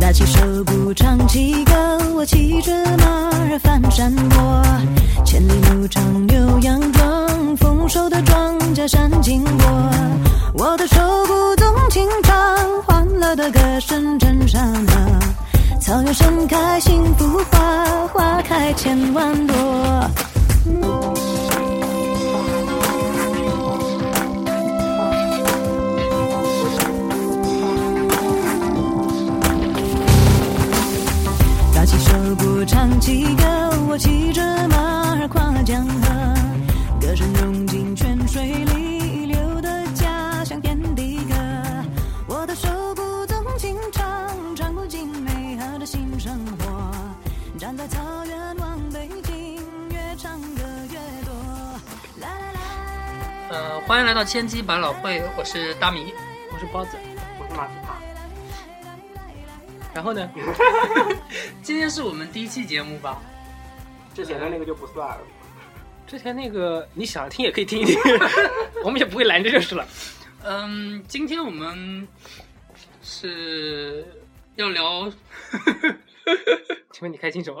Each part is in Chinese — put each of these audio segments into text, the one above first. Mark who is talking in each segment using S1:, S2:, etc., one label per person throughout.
S1: 打起手鼓，唱起歌，我骑着马儿翻山坡，千里牧场牛羊壮，丰收的庄稼闪经过。我的手鼓动情长，欢乐的歌声震山河。草原盛开幸福花，花开千万朵。打起手鼓，唱起歌，我骑着马儿跨江河，歌声融进泉水里，流的家乡遍地歌。我的手鼓动情唱，唱不尽美好的新生活。站在草原往北京，越唱歌越多。啦啦啦。
S2: 呃，欢迎来到千机百老汇，我是大米。
S3: 我是包子，我是马斯帕，
S2: 然后呢，今天是我们第一期节目吧？
S3: 之前的那个就不算了。
S4: 之前那个你想听也可以听一 听，我们也不会拦着就是了。
S2: 嗯，今天我们是要聊，
S4: 请问你开心 什么？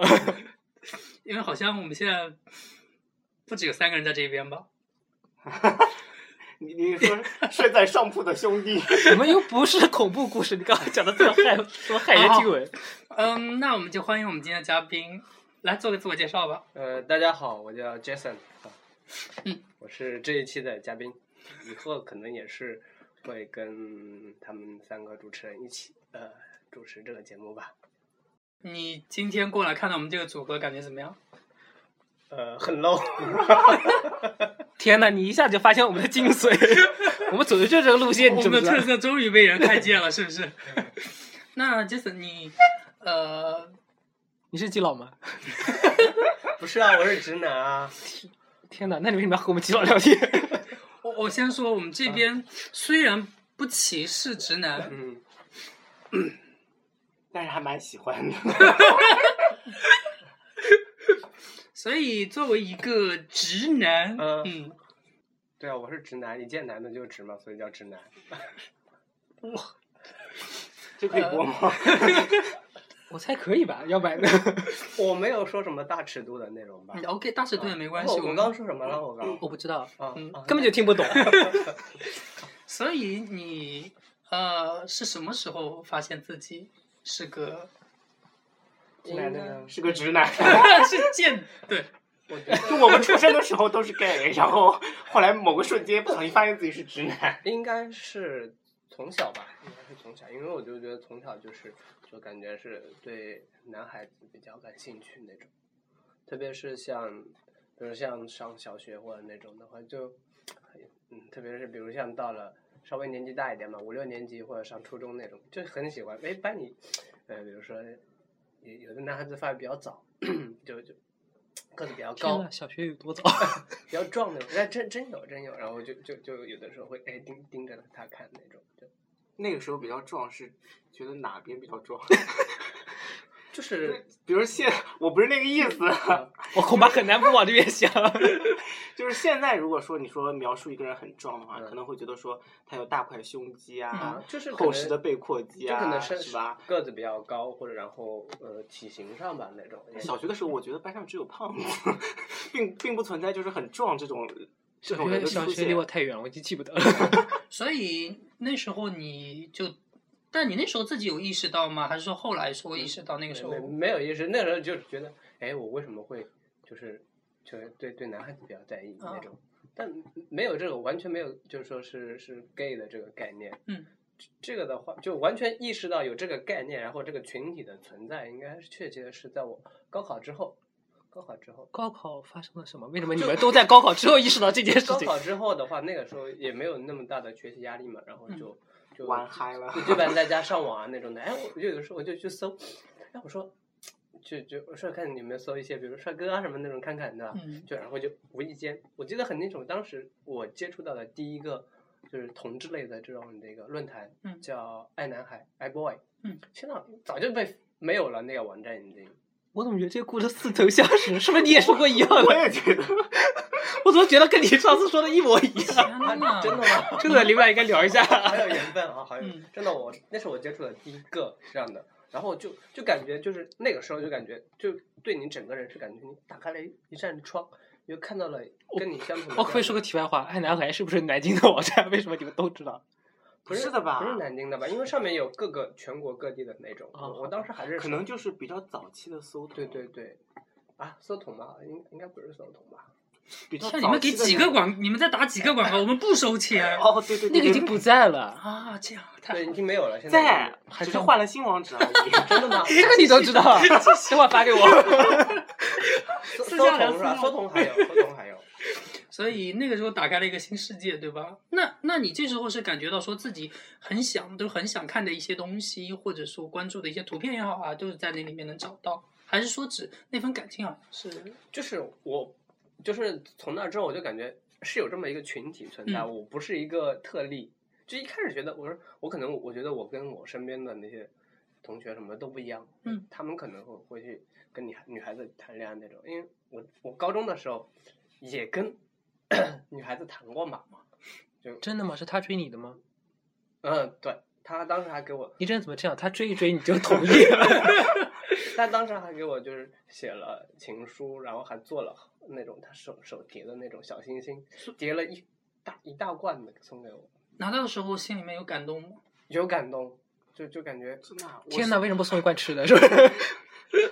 S2: 因为好像我们现在不只有三个人在这边吧？
S3: 你你说睡在上铺的兄弟，
S4: 我们又不是恐怖故事，你刚刚讲的这么骇这么骇人听闻。
S2: 嗯，那我们就欢迎我们今天的嘉宾，来做个自我介绍吧。
S5: 呃，大家好，我叫 Jason，啊
S2: 嗯
S5: 我是这一期的嘉宾，以后可能也是会跟他们三个主持人一起呃主持这个节目吧。
S2: 你今天过来看到我们这个组合，感觉怎么样？
S5: 呃，很 low，
S4: 天哪，你一下就发现我们的精 髓，我们走的就是这个路线，你
S2: 我
S4: 知不
S2: 们
S4: 知
S2: 的
S4: 道
S2: 特？色终于被人看见了，是不 是？那 Jason，你呃，
S4: 你是基佬吗？
S5: 不是啊，我是直男啊。
S4: 天哪，那你为什么要和我们基佬聊 天？
S2: 我我先说，我们这边虽然不歧视直男，
S5: 嗯，
S3: 但是还蛮喜欢的。
S5: 呃
S2: 所以作为一个直男，
S5: 嗯
S2: 嗯，
S5: 对啊，我是直男，一见男的就直嘛，所以叫直男。
S3: 这可以播吗？
S4: 我猜可以吧，要不然呢？
S5: 我没有说什么大尺度的内容吧哦
S2: 你？OK，大尺嗯度也没关系。
S5: 我嗯我刚说什么了？我刚
S4: 我不知道，哦
S5: 啊
S2: 嗯
S5: 啊
S4: 根本就听不懂。
S2: 所以你呃是什么时候发现自己是 个
S5: 直男的呢？
S3: 是个直男。
S2: 啊是贱？对，
S5: 我觉得
S3: 就我们出生的时候都是 gay，然后后来某个瞬间不小心发现自己是直男。
S5: 应该是从小吧，应该是从小，因为我就觉得从小就是就感觉是对男孩子比较感兴趣那种，特别是像比如像上小学或者那种的话，就嗯，特别是比如像到了稍微年纪大一点嘛，五六年级或者上初中那种，就很喜欢哎班里呃，比如说有有的男孩子发育比较早， 就就个子比较
S4: 天
S5: 高
S4: 哪，，小学有多早？
S5: 比较壮那种，但真真有真有，然后就就就有的时候会哎盯盯着他看那种，就
S3: 那个时候比较壮是觉得哪边比较壮？
S5: 就是
S3: 比如现我不是那个意思，
S4: 我恐怕很难不往这边想。
S3: 就是现在如果说你说描述一个人很壮的话，
S5: 嗯
S3: 可能会觉得说他有大块胸肌啊
S5: 啊，，就是可
S3: 厚
S5: 能
S3: 实的背阔肌
S5: 就
S3: 啊，
S5: 可能是
S3: 是吧？
S5: 个子比较高，或者然后呃体型上吧那种，
S3: 小学的时候，我觉得班上只有胖子， 并并不存在就是很壮这种这
S4: 小
S3: 种人
S4: 学
S3: 的
S4: 小
S3: 出
S4: 学
S3: 现
S4: 离。我太远了，我已经记不得了。
S2: 所以那时候你就，但你那时候自己有意识到吗？还是说后来说意识到那个时候
S5: 没？没有意识，那时候就觉得哎我为什么会就是就是对对男孩子比较在
S2: 嗯
S5: 意那种，但没有这个完全没有就是说是是 gay 的这个概念，
S2: 嗯
S5: 这。这个的话，就完全意识到有这个概念，然后这个群体的存在，应该是确切的是在我高考之后，高考之后，
S4: 高考发生了什么？为什么你们都在高考之后意识到这件事
S5: 高
S4: 情？
S5: 考之后的话，那个时候也没有那么大的学习压力嘛，然
S2: 嗯
S5: 后就就
S3: 玩嗨了
S5: 就基本上在家上网啊那种的。哎，我就有的时候我就去搜，哎，我说就就帅看你有没有搜一些，比如帅哥啊什么那种看看的，
S2: 嗯
S5: 就然后就无意间，我记得很清楚，当时我接触到的第一个就是同志类的这种那个论坛，
S2: 嗯
S5: 叫爱男孩 i boy，
S2: 嗯，
S5: 现在早就被没有了那个网站已经。
S4: 我怎么觉得这个故事似曾相识？是不是你也说过一样
S3: 我
S4: 的？
S3: 也觉得，
S4: 我怎么觉得跟你上次说的一模一样？
S2: 天呐，
S5: 啊真的吗？
S4: 这个另外应该聊一下。
S5: 好有缘分啊，好有
S2: 嗯，
S5: 真的我那是我接触的第一个这样的，然后就就感觉就是那个时候就感觉就对你整个人是感觉你打开了一一扇窗，你就看到了
S3: 哦
S5: 跟你相同的。
S4: 我可不可以说个题外话？爱男孩是不是南京的网站？ 为什么你们都知道？
S5: 不
S3: 是的吧
S5: 不是南京的吧？因为上面有各个全国各地的那种。
S4: 啊
S5: 我我当时还是
S3: 哦可能就是比较早期的搜图，
S5: 对对对，啊，搜童吧，应应该不是搜童吧？
S3: 比较
S2: 像
S3: 早期的那种。
S2: 你们给几个广，你们再打几个广告，我们不收 钱
S3: 哦，对对对，
S4: 那个已
S3: 对
S4: 经不在了，
S2: 啊！这样太
S5: 对，已经没有了，现
S3: 在，
S4: 还
S3: 只是
S4: 在
S3: 换了新网址而 已。
S5: 真的 吗？
S4: 这个你都知道，啊 等会儿发给我。
S5: 搜
S2: 私
S5: 搜
S2: 下聊
S5: 童是吧？
S2: 私下
S5: 搜童还有，搜童还有。
S2: 所以那个时候打开了一个新世界，对吧？那那你这时候是感觉到说自己很想都很想看的一些东西，或者说关注的一些图片也好啊，都是在那里面能找到，还是说只那份感情啊是
S5: 就是我，就是从那之后，我就感觉是有这么一个群体存在，
S2: 嗯
S5: 我不是一个特例。就一开始觉得，我说我可能我觉得我跟我身边的那些同学什么都不一样，
S2: 嗯，
S5: 他们可能会会去跟女孩女孩子谈恋爱那种，因为我我高中的时候也跟 女孩子谈过嘛，
S4: 真的吗？是他追你的吗？
S5: 嗯，对，她当时还给我
S4: 你这人怎么这样？他追一追你就同意了？
S5: 他当时还给我就是写了情书，然后还做了那种他手手叠的那种小星星，叠了一大一大罐的送给我，
S2: 拿到的时候心里面有感动吗？
S5: 有感动，就就感觉
S3: 真的啊，我
S4: 天
S3: 收
S4: 哪，为什么不送一罐 吃的？是不是？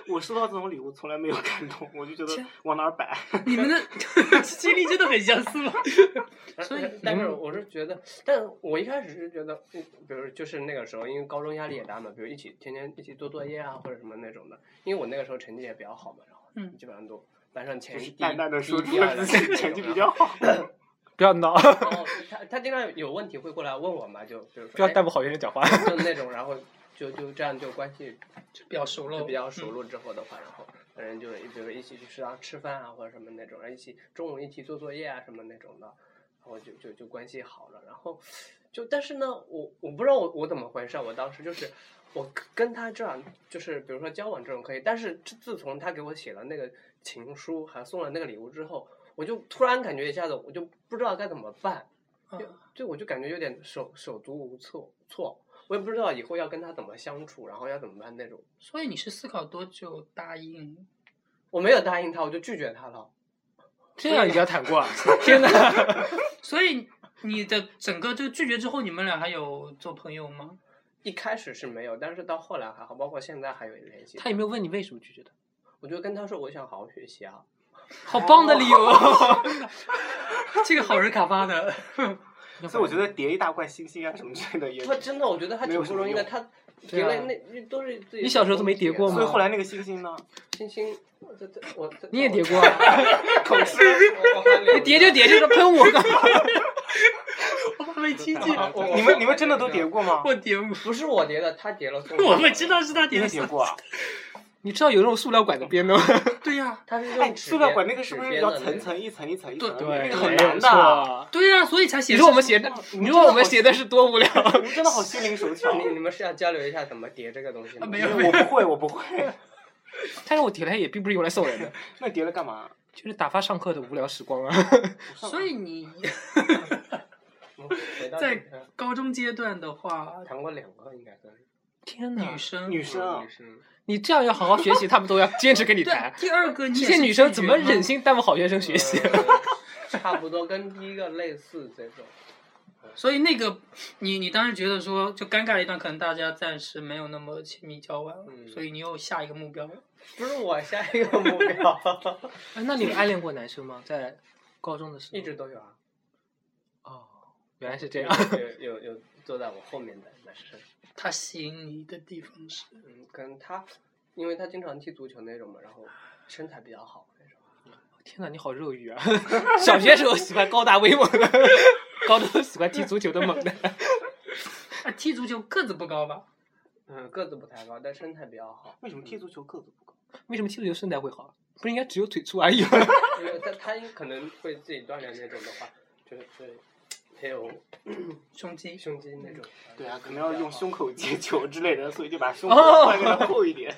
S3: 我收到这种礼物从来没有感动，我就觉
S2: 天
S3: 得往哪儿摆。
S2: 你们的 经历真的很相似吗？ 所以
S5: 但是我是觉得，但我一开始是觉得，嗯比如就是那个时候，因为高中压力也大嘛，比如一起天天一起做作业啊，或者什么那种的。因为我那个时候成绩也比较好嘛，然后
S2: 嗯
S5: 基本上都班上前
S3: 就是
S5: 哎一第一
S3: 淡淡的
S5: 第一
S3: 说
S5: 第
S3: 出
S5: 二
S3: 了
S5: 的
S3: 自
S5: 那
S3: 己
S5: 种
S3: 成绩比
S5: 然
S3: 较
S5: 后
S3: 好。
S4: 不要闹，
S5: 然后他他经常有问题会过来问我嘛，就比如说
S4: 不要
S5: 哎
S4: 耽误好学生讲话。
S5: 就那种，然后就就这样就关系
S2: 就比较熟
S5: 就
S2: 络，
S5: 比较熟
S2: 嗯。
S5: 络之后的话，然后反正就是比如说一起去食堂吃饭啊，或者什么那种，然后一起中午一起做作业啊什么那种的，然后就就就关系好了。然后就但是呢，我我不知道我我怎么回事啊，我当时就是我跟他这样，就是比如说交往这种可以，但是自自从他给我写了那个情书，还送了那个礼物之后，我就突然感觉一下子我就不知道该怎么办。就
S2: 啊
S5: 就我就感觉有点手手足无措措，我也不知道以后要跟他怎么相处，然后要怎么办那种。
S2: 所以你是思考多久答应？
S5: 我没有答应他，我就拒绝他了。
S4: 这样也要谈过？啊 天哪！
S2: 所以你的整个这个拒绝之后，你们俩还有做朋友吗？
S5: 一开始是没有，但是到后来还好，包括现在还有联系
S4: 他。有没有问你为什么拒绝他？
S5: 我就跟他说，我想好好学习啊。
S4: 好棒的理由！啊
S2: 这个好人卡发的，
S3: 所以我觉得叠一大罐星星啊什么之类的也。
S5: 他真的，我觉得他
S3: 没
S5: 挺
S3: 有
S5: 不
S3: 什么
S5: 容易的。
S3: 用
S5: 他
S4: 对
S5: 叠
S4: 啊
S5: 了那那都是自己。
S4: 你小时候都没叠过吗
S3: 所以后来那个星星呢？
S5: 啊星星，我这这我这
S4: 你也叠过啊？
S5: 口试，我我还留着
S4: 你叠就叠，就是喷我干嘛？
S2: 我怕被踢
S5: 啊
S2: 溅。
S5: 我
S3: 你们你们真的都叠？过吗？
S2: 我叠不
S5: 不是我叠的，他叠了。
S2: 我们知道是他
S3: 你
S2: 叠
S3: 也
S2: 的
S3: 叠过啊？
S4: 你知道有那种塑料管子编的吗？
S2: 对呀、
S5: 他是
S3: 哎，
S5: 用纸
S3: 塑料
S5: 编
S3: 管那个是不
S5: 纸
S3: 是
S5: 编
S3: 要
S5: 的那
S3: 层
S5: 种
S3: 层一层一层一层？
S2: 对
S3: 那个很
S4: 没有
S3: 难的。
S4: 错。
S2: 对呀、所以才写。
S4: 你说我们写的，你说我们写的是多无聊？
S3: 你们真的好心灵手 巧。
S5: 你你们是要交流一下怎么叠这个东西吗？
S2: 啊没有
S3: 我不会，我不会。
S4: 但是我叠来也并不是用来送人的，
S3: 那叠了干嘛？
S4: 就是打发上课的无聊时光啊。
S2: 所以你
S5: 嗯回到
S2: 在
S5: 这个
S2: 高中阶段的话，
S5: 谈过两个应该算是
S4: 天哪
S2: 女！生
S3: 女生啊
S5: 女，生，
S4: 你这样要好好学习，他们都要坚持跟 你
S2: 对
S4: 谈。
S2: 第二个你
S4: 这
S2: 也
S4: 些
S2: 是
S4: 女生
S2: 拒
S4: 怎
S2: 绝
S4: 么
S2: 吗
S4: 忍？心耽误好学生学习？
S5: 呃差不多跟第一个类似这种。
S2: 所以那个你你当时觉得说就尴尬一段，可能大家暂时没有那么亲密交往，
S5: 嗯
S2: 所以你又下一个目标。
S5: 不是我下一个目标，
S4: 哎，那你有暗恋过男生吗？在高中的时候？
S5: 一直都有啊，
S4: 哦，原来是这样。
S5: 有有有坐在我后面的男生，
S2: 他吸引你的地方是，
S5: 嗯，可能他，因为他经常踢足球那种嘛，然后身材比较好那种。
S4: 天哪，你好肉欲啊！小学时候喜欢高大威猛的，高中喜欢踢足球的猛的。
S2: 啊，踢足球个子不高吧？
S5: 嗯，个子不太高，但身材比较好。
S3: 为什么踢足球个子不高？
S4: 为什么踢足球身材会好？不是应该只有腿粗而已吗？
S5: 因为他他可能会自己锻炼那种的话，就是对，很有
S2: 胸肌。
S5: 胸肌那种。
S3: 对啊，可能
S5: 就
S3: 要
S5: 比较
S3: 用
S5: 好
S3: 胸口接球之类的，所以就把胸口
S4: 哦
S3: 换的厚一点。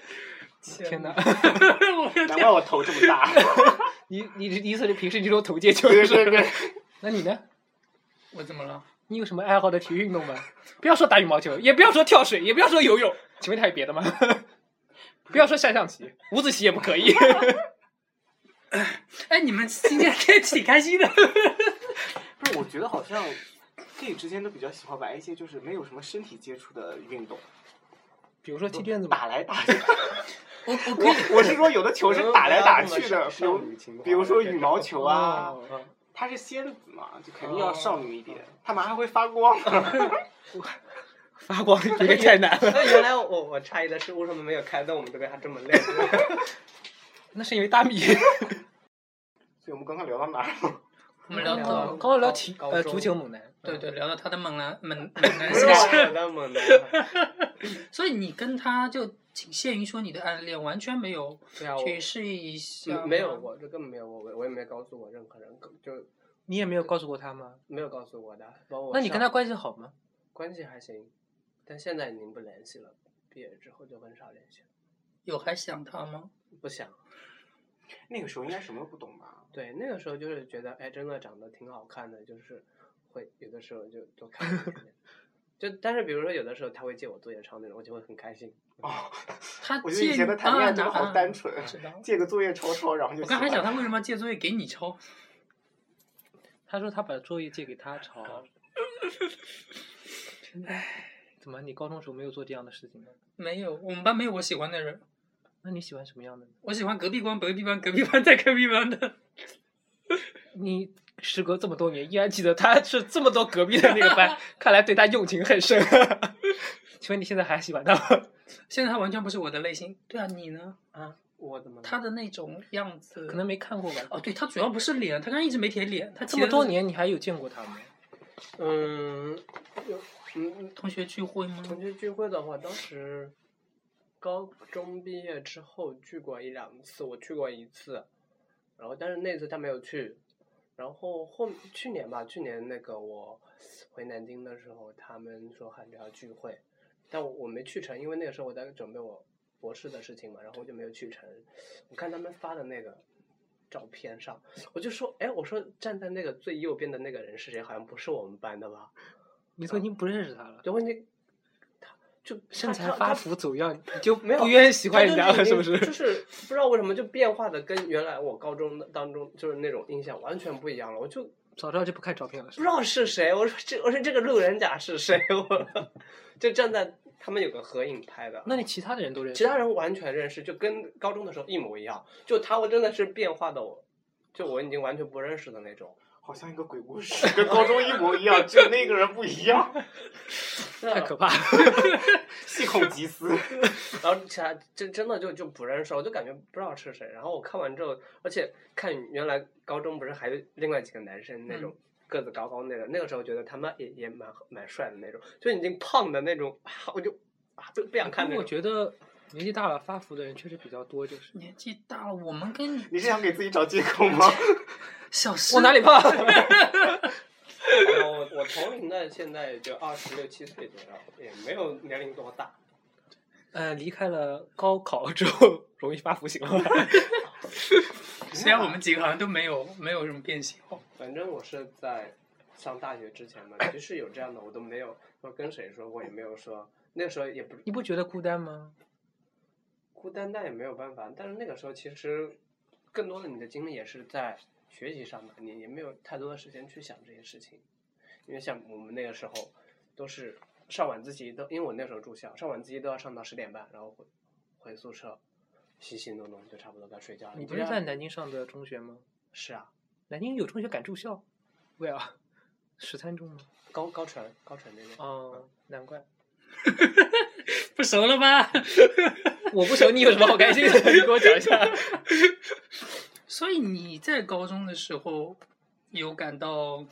S4: 天哪！
S2: 我的
S3: 难
S2: 天
S3: 怪我头这么大。
S4: 你你你意思是平时你这种投接球？
S3: 对对对，
S4: 那你呢？
S2: 我怎么了？
S4: 你有什么爱好的体育运动吗？不要说打羽毛球，也不要说跳水，也不要说游泳，请问还有别的吗？不要说下象棋，五子棋也不可以。
S2: 哎，你们今天天挺开心的。
S3: 不是，我觉得好像 gay 之间都比较喜欢玩一些就是没有什么身体接触的运动，
S4: 比如说踢毽子吧，
S3: 打来打去。
S2: 我我可以，
S3: 我我是说，有的球是打来打去的，比
S5: 少
S3: 如
S5: 女情怀
S3: 比如说羽毛球啊，
S4: 哦
S3: 它是仙子嘛，就肯定要少女一点，它马上会发光。
S4: 发光有点太难了。
S5: 那原来我我诧异的是，为什么没有开灯？我们这边还这么 亮。
S4: 那是因为大米。
S3: 所以我们刚刚聊到哪儿了？
S2: 我们聊
S4: 刚
S2: 到
S4: 刚，刚聊体
S5: 高
S4: 呃
S5: 中
S4: 足球猛男，
S2: 对对，聊到他的猛男猛猛男
S5: 不
S2: 形
S5: 是
S2: 象。
S5: 我那么的，
S2: 所以你跟他就仅限于说你的暗恋，完全没有
S5: 对啊，我
S2: 去试一下吗。
S5: 嗯没有，我这根本没有，我我我也没告诉我任何人，就
S4: 你也没有告诉过他吗？
S5: 没有告诉我的。包括我
S4: 那你跟他
S5: 上
S4: 关系好吗？
S5: 关系还行，但现在已经不联系了，毕业之后就很少联系了，
S2: 有还想他吗？
S5: 不想。
S3: 那个时候应该什么都不懂吧？
S5: 对，那个时候就是觉得，哎，真的长得挺好看的，就是会有的时候就多看一点点。 就但是比如说有的时候他会借我作业抄那种，我就会很开心。
S3: 哦，
S2: 他
S3: 我觉得以
S2: 借
S3: 前的谈恋爱真的好单
S2: 纯。
S3: 纯，
S2: 知道。
S3: 借个作业抄抄，然后就。
S2: 我刚还想他为什么要借作业给你抄，
S4: 他说他把作业借给他抄。哎怎么？你高中时候没有做这样的事情吗？
S2: 没有，我们班没有我喜欢的人，
S4: 那你喜欢什么样的呢？
S2: 我喜欢隔壁班、隔壁班、隔壁班再隔壁班的。
S4: 你时隔这么多年，依然记得他是这么多隔壁的那个 班，看来对他用情很深。 请问你现在还喜欢他吗？
S2: 现在他完全不是我的类型。对啊，你呢？
S5: 啊，我怎么了
S2: 他的那种样子，
S4: 可能没看过吧。
S2: 哦，对他主要不是脸，他刚刚一直没贴脸，他
S4: 这
S2: 贴
S4: 么
S2: 的
S4: 多
S2: 是
S4: 年，你还有见过他吗？
S5: 嗯，有嗯，
S2: 同学聚会吗？
S5: 同学聚会的话，当时高中毕业之后去过一两次，我去过一次，然后但是那次他没有去，然后后去年吧，去年那个我回南京的时候，他们说喊着要聚会，但我我没去成，因为那个时候我在准备我博士的事情嘛，然后我就没有去成。我看他们发的那个照片上，我就说，哎，我说站在那个最右边的那个人是谁？好像不是我们班的吧？
S4: 你都已经不认识他了，
S5: 对，问题他就
S4: 身
S5: 他
S4: 材
S5: 他
S4: 发
S5: 他
S4: 福走样，你就
S5: 没有
S4: 不愿意 喜欢人家
S5: 他
S4: 了，是
S5: 就
S4: 不？
S5: 已经就是是不知道为什么就变化的跟原来我高中的当中就是那种印象完全不一样了，我就不
S4: 早知道就不看照片了，是
S5: 知
S4: 吧？
S5: 道是谁，我说这我说这个路人甲是谁，我就站在他们有个合影拍的。
S4: 那你其他的人都认识？
S5: 其他人完全认识，就跟高中的时候一模一样。就他，我真的是变化的我，就我已经完全不认识的那种。
S3: 好像一个鬼故事，跟高中一模一样，只有那个人不一样，
S4: 太可怕了。
S3: 细孔极思。
S5: 然后其他真真的就就不认识，我就感觉不知道是谁。然后我看完之后，而且看原来高中不是还有另外几个男生那种。个子高高那种，那个时候觉得他们也也蛮蛮帅的那种，就已经胖的那种，啊、 我就啊不不想看那
S4: 我
S5: 种。
S4: 觉得年纪大了发福的人确实比较多，就是
S2: 年纪大了，我们跟你
S3: 你是想给自己找借口吗？
S2: 小时
S4: 我哪里胖？
S5: 然后我我同龄的现在也就二十六七岁左右，也没有年龄多大。
S4: 呃，离开了高考之后容易发福型了吧。
S2: 虽然我们几个好像都没有没有什么变形哦。
S5: 反正我是在上大学之前嘛，其实有这样的我都没有说跟谁说过，也没有说那时候也不
S4: 你不觉得孤单吗？
S5: 孤单，但也没有办法。但是那个时候其实更多的你的精力也是在学习上嘛，你也没有太多的时间去想这些事情，因为像我们那个时候都是上晚自习都，因为我那时候住校，上晚自习都要上到十点半，然后回回宿舍，洗洗弄弄就差不多该睡觉了。
S4: 你不
S5: 这
S4: 是
S5: 样
S4: 在南京上的中学吗？
S5: 是啊，
S4: 南京有中学敢住校？Where？十三中吗？
S5: 高高传高传那边。
S4: 哦，难怪。
S2: 不熟了吧？
S4: 我不熟，你有什么好开心 的？你给我讲一下。
S2: 所以你在高中的时候有感到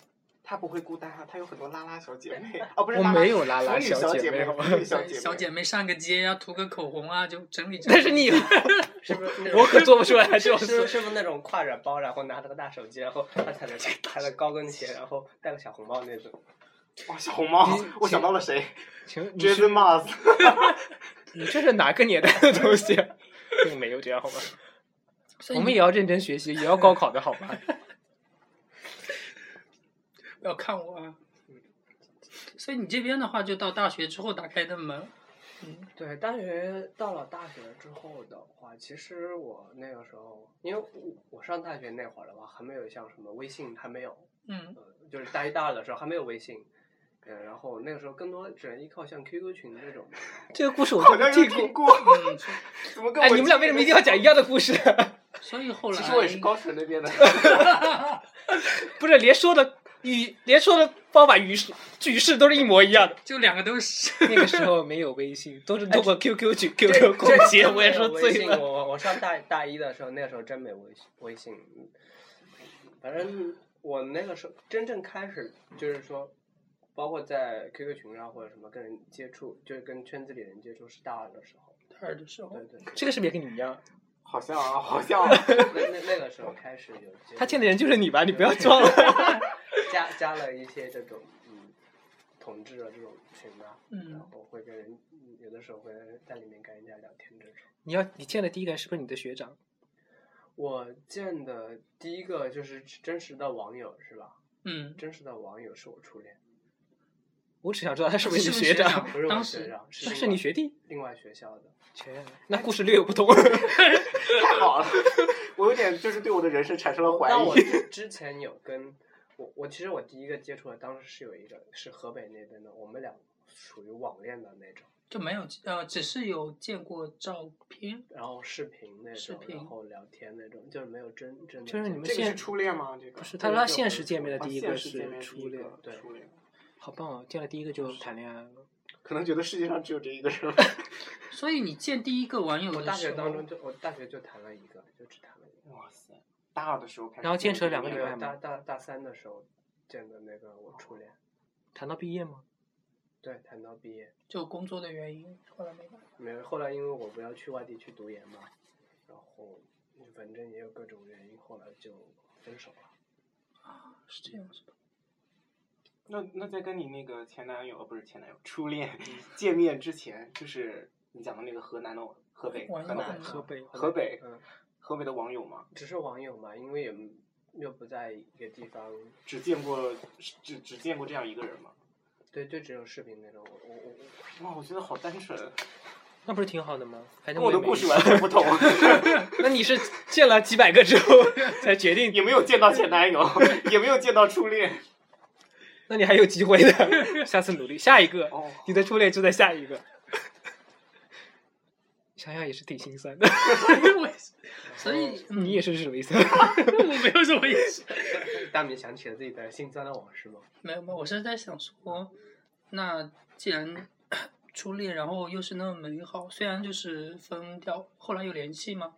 S3: 他不会孤单啊，他有很多拉拉小姐妹啊，不是
S4: 我
S3: 拉拉
S4: 没有拉拉
S3: 腐女
S4: 小
S3: 小
S4: 姐妹
S3: 妹，腐女小姐妹，
S2: 小姐妹上个街呀、涂个口红啊，就整理整理。
S4: 但是你，
S5: 是不是那种
S4: 我可做不出 来这
S5: 是
S4: 种
S5: 不是
S4: 事。
S5: 是不是那种挎着包，然后拿着个大手机，然后他踩着踩着高跟鞋，然后带个小红帽那种？
S3: 哇，小红帽
S4: 你，
S3: 我想到了谁
S4: 请问你是
S3: ？Jason Mars，
S4: 你这是哪个年代的东西、啊？并没有这样好吗？
S2: 所以
S4: 我们
S2: 你
S4: 也要认真学习，也要高考的好吗？
S2: 不要看我啊。所以你这边的话，就到大学之后打开的门，嗯，
S5: 对，大学到了大学之后的话，其实我那个时候，因为我我上大学那会儿的话，还没有像什么微信还没有，
S2: 嗯，
S5: 呃，就是大一大二的时候还没有微信，呃，然后那个时候更多只能依靠像 QQ 群 这种。
S4: 这个故事我
S3: 好
S4: 都
S3: 像
S4: 没听
S3: 有
S4: 过
S3: 听。过，
S2: 嗯所
S3: 怎么跟我？
S4: 哎，你们俩为什么一定要？讲一样的故事？
S2: 所以后来
S3: 其实我也是高淳那边的，
S4: 不是，连说的语，连说的方法、语式、句式都是一模一样的。
S2: 就两个都是，
S4: 那个时候没有微信，都是通过 QQ 群、
S5: 这
S4: QQ 空
S5: 这
S4: 间。
S5: 真
S4: 我也
S5: 没
S4: 说
S5: 有微
S4: 醉
S5: 信
S4: 了。
S5: 我我我上大大一的时候，那个时候真没微信微信，反正我那个时候真正开始就是说，包括在 QQ 群上或者什么跟人接触，就是跟圈子里人接触是大二的时候。
S2: 大二的时候
S5: 对，对，
S4: 这个是不是也跟你一样？
S3: 好像啊，好像啊，
S5: 那那那个时候开始有接
S4: 他
S5: 触
S4: 见的人就是你吧？你不要装了。
S5: 加加了一些这种嗯同志的这种群啊，然
S2: 嗯，
S5: 后会跟人嗯有的时候会在里面跟人家聊天这种。
S4: 你要你见的第一个人是不是你的学长？
S5: 我见的第一个就是真实的网友是吧？
S2: 嗯，
S5: 真实的网友是我初恋，
S4: 我只想知道他是不
S2: 是
S4: 是你
S2: 不
S4: 的
S2: 是
S4: 学
S2: 学
S4: 长
S2: 长？
S5: 不是我
S2: 当
S5: 学
S2: 时
S5: 长，
S4: 是哎
S5: 另
S4: 是你
S5: 外
S4: 学弟？
S5: 另外学校的。
S4: 那故事略有不 同。
S3: 太好了，我有点就是对我的人生产生了怀
S5: 但我
S3: 疑。
S5: 之之前有跟我我其实我第一个接触的当时是有一个是河北那边的，我们俩属于网恋的那种，
S2: 就没有呃，只是有见过照片，
S5: 然后视频那
S2: 视
S5: 种，
S2: 频
S5: 然后聊天那种，就是没有真正的
S4: 就是你
S5: 见
S4: 们
S3: 这个是
S4: 现
S3: 初恋吗？这个
S4: 不是他说他现实见面的
S3: 啊
S4: 第一
S3: 现
S4: 个
S3: 实见面
S4: 是
S3: 第
S4: 初
S3: 一
S4: 恋，
S3: 个
S5: 对
S3: 初恋。
S4: 好棒哦！见了第一个就谈恋爱了。
S3: 可能觉得世界上只有这一个 人吧。
S2: 所以你见第一个网友
S5: 我
S2: 的
S5: 大
S2: 时
S5: 学
S2: 候，
S5: 当中就我大学就谈了一个，就只谈了一
S3: 哇塞，大二的时候开始。
S4: 然后坚持了两个
S5: 个，
S4: 礼
S5: 没
S4: 拜
S5: 有
S4: 吗
S5: 大大大三的时候见的那个我初恋，
S4: 谈到毕业吗？
S5: 对，谈到毕业。
S2: 就工作的原因，后来没办法。
S5: 没有，后来因为我不要去外地去读研嘛，然后反正也有各种原因，后来就分手了。
S2: 是这样子的，
S3: 那那在跟你那个前男友，呃不是前男友，初恋见面之前，就是你讲的那个河南的河北
S2: 网友
S3: 河南
S2: 嗯
S4: 河北
S3: 河北
S5: 嗯，
S3: 河北的网友嘛，
S5: 只是网友嘛，因为也又不在一个地方，
S3: 只见过只只见过这样一个人嘛。
S5: 对，就只有视频那种。我我我我
S3: 哇，我觉得好单纯，
S4: 那不是挺好的吗？
S3: 跟
S4: 反正
S3: 我的
S4: 也没
S3: 故事完全 不同，
S4: 那你是见了几百个之后才决 定
S3: 也没有见到前男友，也没有见到初恋。
S4: 那你还有机会的， 下次努力，下一个，
S3: 哦，
S4: 你的初恋就在下一个。 想想也是挺心酸的，
S2: 我也是所以、嗯、
S4: 你也是什么意 思？
S2: 我没有什么意思。
S5: 大米想起了自己的心酸的往事嘛，
S2: 没有没有，我是在想说，那既然 初恋，然后又是那么美好，虽然就是分掉，后来有联系吗？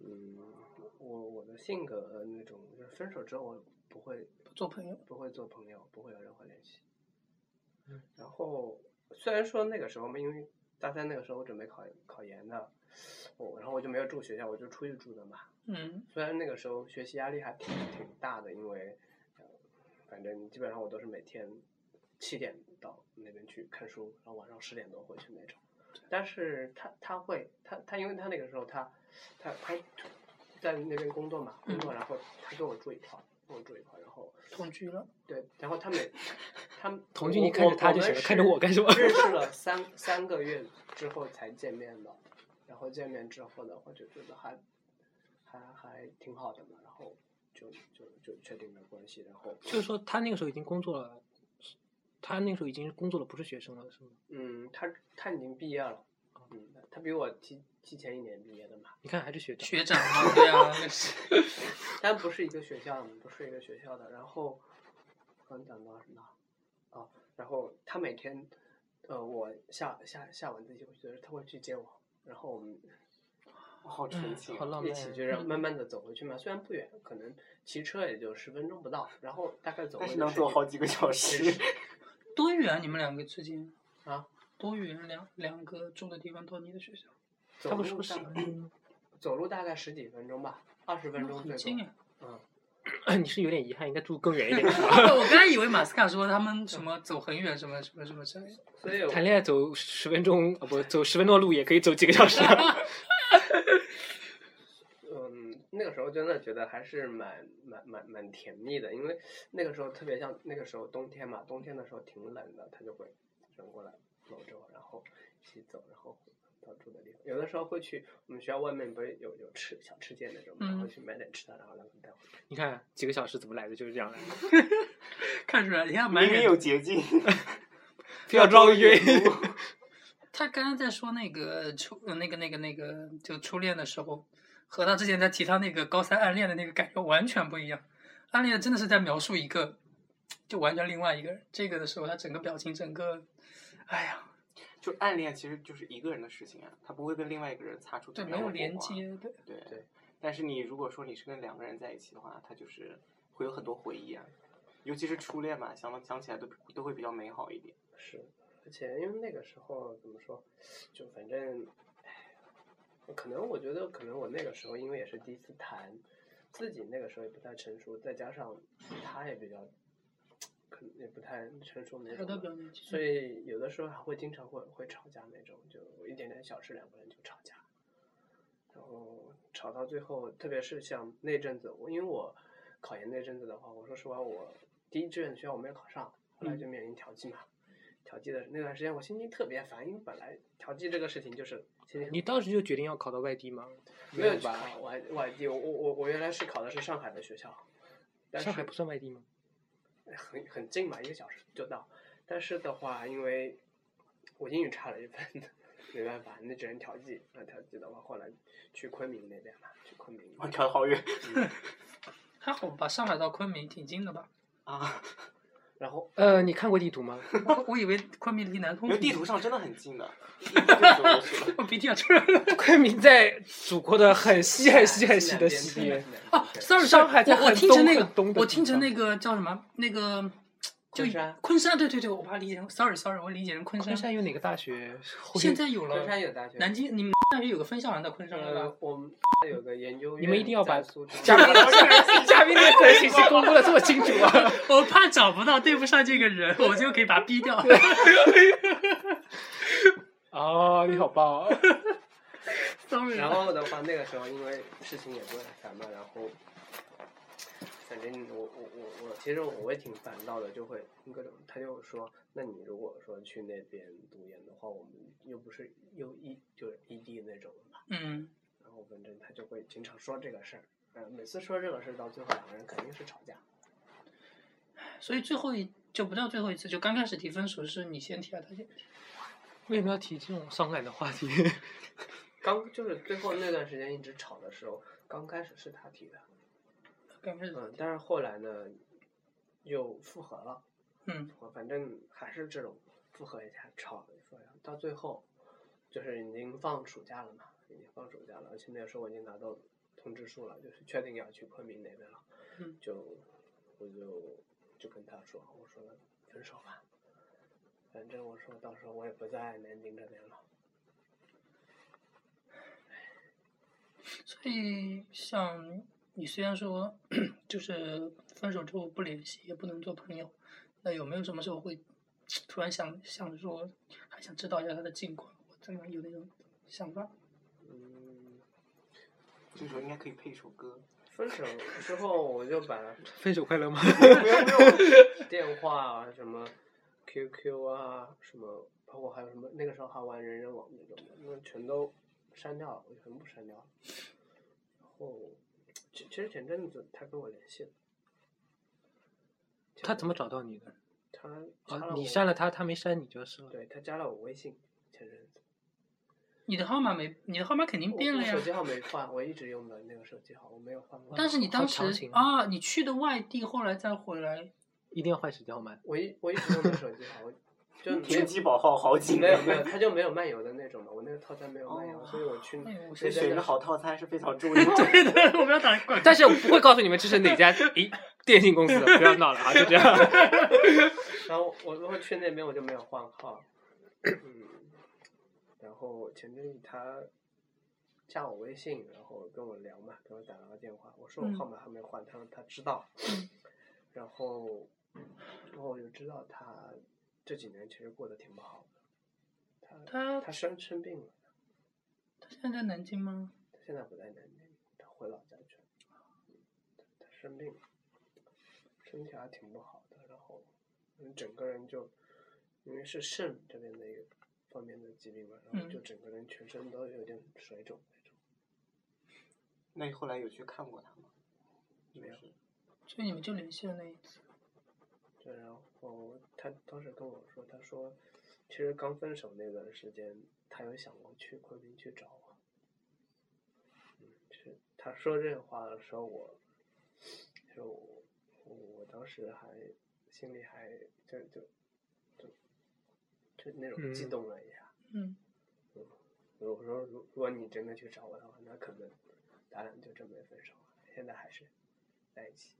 S5: 嗯，我我的性格呃那种，就是分手之后我不会
S2: 不做朋友，
S5: 不会做朋友，不会有任何联系。然后虽然说那个时候嘛，因为大三那个时候我准备考考研的，我然后我就没有住学校，我就出去住的嘛。
S2: 嗯，
S5: 虽然那个时候学习压力还挺挺大的，因为、呃反正基本上我都是每天七点到那边去看书，然后晚上十点多回去那种。但是他他会他他，因为他那个时候他他他在那边工作嘛，工作然后他跟我住一块儿，跟我住一块儿，然后
S2: 同居了，
S5: 对，然后他每他们
S4: 同居你看着他就行了，看着我干什么？
S5: 认识了三三个月之后才见面的，然后见面之后的话就觉得还还还挺好的嘛，然后就就就确定了关系，然后
S4: 就是说他那个时候已经工作了，他那个时候已经工作了，不是学生了，是吗？
S5: 嗯，他他已经毕业了，嗯，他比我提提前一年毕业的嘛，
S4: 你看还是学长，
S2: 学长嘛，对啊，那是
S5: 但不是一个学校，不是一个学校的。然后刚讲到什么？哦，然后他每天，呃，我下下下晚自习回去的时候，他会去接我，然后我们
S3: 好
S2: 嗯
S4: 嗯
S3: 纯情
S5: 好
S3: 啊，
S5: 浪漫，一起就让慢慢的走回去嘛。虽然不远，可能骑车也就十分钟不到，然后大概走回
S3: 但
S5: 去
S3: 是能走好几个小时。
S2: 多远？你们两个之间
S5: 啊？
S2: 多远两两个住的地方到你的学校？
S5: 走
S4: 他不
S5: 路
S4: 说
S5: 大
S4: 是
S5: 概走路大概十几分钟吧，二十分
S2: 那
S5: 钟
S2: 很
S5: 最
S2: 近
S5: 多。
S2: 啊！
S5: 嗯，
S4: 你是有点遗憾，应该住更远一点。
S2: 我刚才以为马斯卡说他们什么走很远什么什么什么之类的。
S5: 所以我
S4: 谈恋爱走十分钟，啊不，走十分钟的路也可以走几个小时。啊
S5: 嗯，那个时候真的觉得还是蛮蛮蛮蛮甜蜜的，因为那个时候特别像那个时候冬天嘛，冬天的时候挺冷的，他就会转过来搂着我，然后一起走，然后到住的地方。有的时候会去我们学校外面不是有有吃小吃店那种嘛，然后
S2: 嗯
S5: 去买点吃的，然后让他带回来。
S4: 你看几个小时怎么来的，就是这样来的。
S2: 看出来，你看蛮
S3: 明明
S2: 远
S3: 有捷径，
S4: 非要绕
S3: 越
S4: 远
S3: 路。
S2: 他刚刚在说那个初呃那个那个那个就初恋的时候，和他之前在提他那个高三暗恋的那个感觉完全不一样。暗恋真的是在描述一个，就完全另外一个人。这个的时候，他整个表情，整个，哎呀，
S3: 就暗恋其实就是一个人的事情啊，他不会跟另外一个人擦出
S2: 对，
S3: 同
S2: 没
S3: 样
S2: 有
S3: 的火
S2: 连
S3: 花。
S2: 接的。
S3: 对
S5: 对
S3: 但是你如果说你是跟两个人在一起的话，他就是会有很多回忆啊，尤其是初恋嘛，想想起来都都会比较美好一点。
S5: 是，而且因为那个时候怎么说，就反正，唉可能我觉得，可能我那个时候因为也是第一次谈，自己那个时候也不太成熟，再加上他也比较，可能也不太成熟那
S2: 他的
S5: 种
S2: 表
S5: 吧，
S2: 情，
S5: 所以有的时候还会经常会会吵架那种，就一点点小事两个人就吵架，然后吵到最后，特别是像那阵子，我因为我考研那阵子的话，我说实话，我第一志愿的学校我没有考上，后来就面临调剂嘛。调剂的那段时间，我心情特别烦，因为本来调剂这个事情就是心情很
S4: 你当时就决定要考到外地吗？
S5: 没有去
S4: 吧？
S5: 考外外地，我我我我原来是考的是上海的学校，但是
S4: 上海不算外地吗？
S5: 很很近嘛，一个小时就到。但是的话，因为我英语差了一分，没办法，那只能调剂。那调剂的话，后来去昆明那边嘛，去昆明。
S4: 哦
S3: 我跳的好远
S2: 还好吧？上海到昆明挺近的 吧？
S3: 啊！
S5: 然后
S4: 呃，你看过地图吗？
S2: 我我以为昆明离南通
S3: 因为
S2: 挺
S3: 地
S2: 近
S3: 图，上真的很近的，一步就走过去了。
S2: 我鼻涕要出来 了。
S4: 昆明在祖国的很西很西很西
S5: 西
S4: 的
S5: 南
S4: 西
S5: 边
S4: 边。
S5: 西南边
S2: 哦
S5: 对
S2: ，sorry，
S4: 上海在
S2: 我我
S4: 很
S2: 听成
S4: 东
S2: 那
S4: 很
S2: 个
S4: 东，的
S2: 我
S4: 地
S2: 听成
S4: 方
S2: 那个叫什么？那个就
S5: 昆山
S2: 昆山，对对对，我把它理解成 sorry sorry，我理解成昆
S4: 昆
S2: 山。
S4: 山有哪个大学？
S2: 现在有
S5: 昆
S2: 了，
S5: 山有大学，
S2: 南京你们大学有个分校好像在昆山了吧
S5: 呃？，我们有个研究院
S4: 你
S5: 在苏州，
S4: 们一定要把嘉
S5: 嘉
S4: 宾 嘉宾的信息公布的这么清楚啊！
S2: 我怕找不到对不上这个人，我就可以把他逼掉。
S4: 哦，你好棒！
S2: sorry，
S5: 然后的话，那个时候因为事情也不是很烦嘛，然后反正我我我我，其实我也挺烦躁的，就会各种他就说，那你如果说去那边读研的话，我们又不是又异就是 ED 那种嘛，
S2: 嗯，
S5: 然后反正他就会经常说这个事儿，呃，每次说这个事儿到最后两个人肯定是吵架，
S2: 所以最后一就不叫最后一次，就刚开始提分手是你先提啊，他先提。
S4: 为什么要提这种伤感的话题？
S5: 刚就是最后 那段时间一直吵的时候，刚开始是他提的，
S2: 刚开始，
S5: 嗯，但是后来呢又复合了。
S2: 嗯，
S5: 我反正还是这种复合一下吵一下，到最后就是已经放暑假了嘛，已经放暑假了，而且那个时候我已经拿到通知书了，就是确定要去昆明那边了，
S2: 嗯
S5: 就我就就跟他说，我说分手吧，反正我说到时候我也不在南京这边了，
S2: 所以像你虽然说 就是分手之后不联系，也不能做朋友，那有没有什么时候会突然想想着说，还想知道一下他的近况？我真的有那种想法。
S5: 嗯，
S3: 这时候应该可以配一首歌，
S5: 分手之后我就把
S4: 分手快乐吗？
S3: 没有没有，
S5: 电话啊什么 QQ 啊什么，包括还有什么那个时候还玩人人网那种的，那全都删掉了，我全部删掉了。然后，其其实前阵子他跟我联系了，
S4: 他怎么找到你的？
S5: 他加
S4: 啊
S5: 了，
S4: 你
S5: 我
S4: 删了他，他没删你就是了。
S5: 对他加了我微信，前阵子
S2: 你的号码没，你的号码肯定
S5: 我
S2: 变了
S5: 我
S2: 呀
S5: 手。机号没换，我一直用的那个手机号我没有换过。
S2: 但是你
S4: 好
S2: 当
S4: 长
S2: 时
S4: 情啊
S2: 啊，你去的外地，后来再回来，
S4: 一定要换手机号码。
S5: 我一我一直用的手机号，我就
S3: 天机宝号好几
S5: 嗯没有没有，
S3: 年，
S5: 他就没有漫游的那种嘛。我那个套餐没有漫游，
S3: 哦
S5: 所以我去
S2: 哎我
S5: 那
S2: 是
S5: 边
S3: 选一
S5: 的
S3: 个好套餐是非常重要的。
S2: 对对，我们要打广告。
S4: 但是我不会告诉你们这是哪家诶电信公司，不要闹了啊！就这样，
S5: 然后我我去那边我就没有换号，嗯，然后前阵子他加我微信，然后跟我聊嘛，跟我打了个电话，我说我
S2: 嗯
S5: 号码还没换，他说他知道，然后然后我就知道他这几年其实过得挺不好的，他
S2: 他
S5: 他生生病了，
S2: 现在在南京吗？
S5: 他现在不在南京，他回老家去了，他他生病了，身体还挺不好的，然后嗯整个人就因为是肾这边的一个方面的疾病嘛，然后
S2: 嗯
S5: 就整个人全身都有点水肿那种。
S3: 那你后来有去看过他吗？
S5: 没有
S3: 就是
S2: 就你们就联系了那一次。
S5: 对，然后他当时跟我说，他说其实刚分手那段时间，他有想过去昆明去找我。嗯，是他说这话的时候，我，就我我我当时还心里还就就就就那种激
S4: 嗯
S5: 动了一下。
S2: 嗯，
S5: 如果说如如果你真的去找我的话，那可能咱俩就真没分手了，现在还是在一起。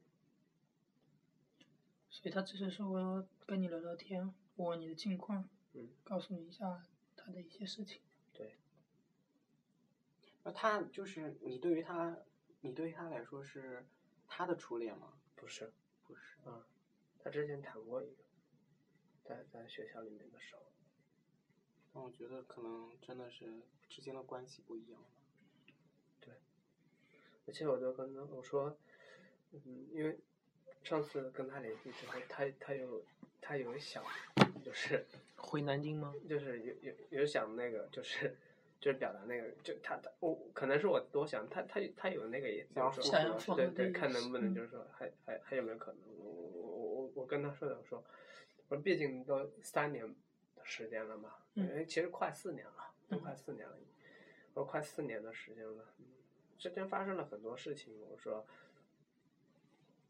S2: 所以他只是说我要跟你聊聊天，问问你的近况，
S5: 嗯，
S2: 告诉你一下他的一些事情。
S3: 那他就是你对于他，你对于他来说是他的初恋吗？
S5: 不是，
S3: 不是，
S5: 啊，他之前谈过一个，在在学校里面的时候，
S3: 但我觉得可能真的是之间的关系不一样。
S5: 而且我就跟他我说，嗯，因为上次跟他联系之后，他他有他有想，就是
S4: 回南京吗？
S5: 就是有有有想那个，就是就是表达那个，就他他我可能是我多想，他他他有那个也
S3: 想要
S5: 就
S3: 复
S5: 是说
S3: 合想要
S2: 复合
S5: 对
S2: 的
S5: 对，
S2: 意
S5: 看
S2: 思
S5: 能不能
S2: 嗯
S5: 就是说还还还有没有可能？我我我我我跟他说的，我说我说毕竟都三年的时间了嘛，
S2: 嗯
S5: 因为其实快四年了，都
S2: 嗯
S5: 快四年了，我说快四年的时间了，嗯之间发生了很多事情，我说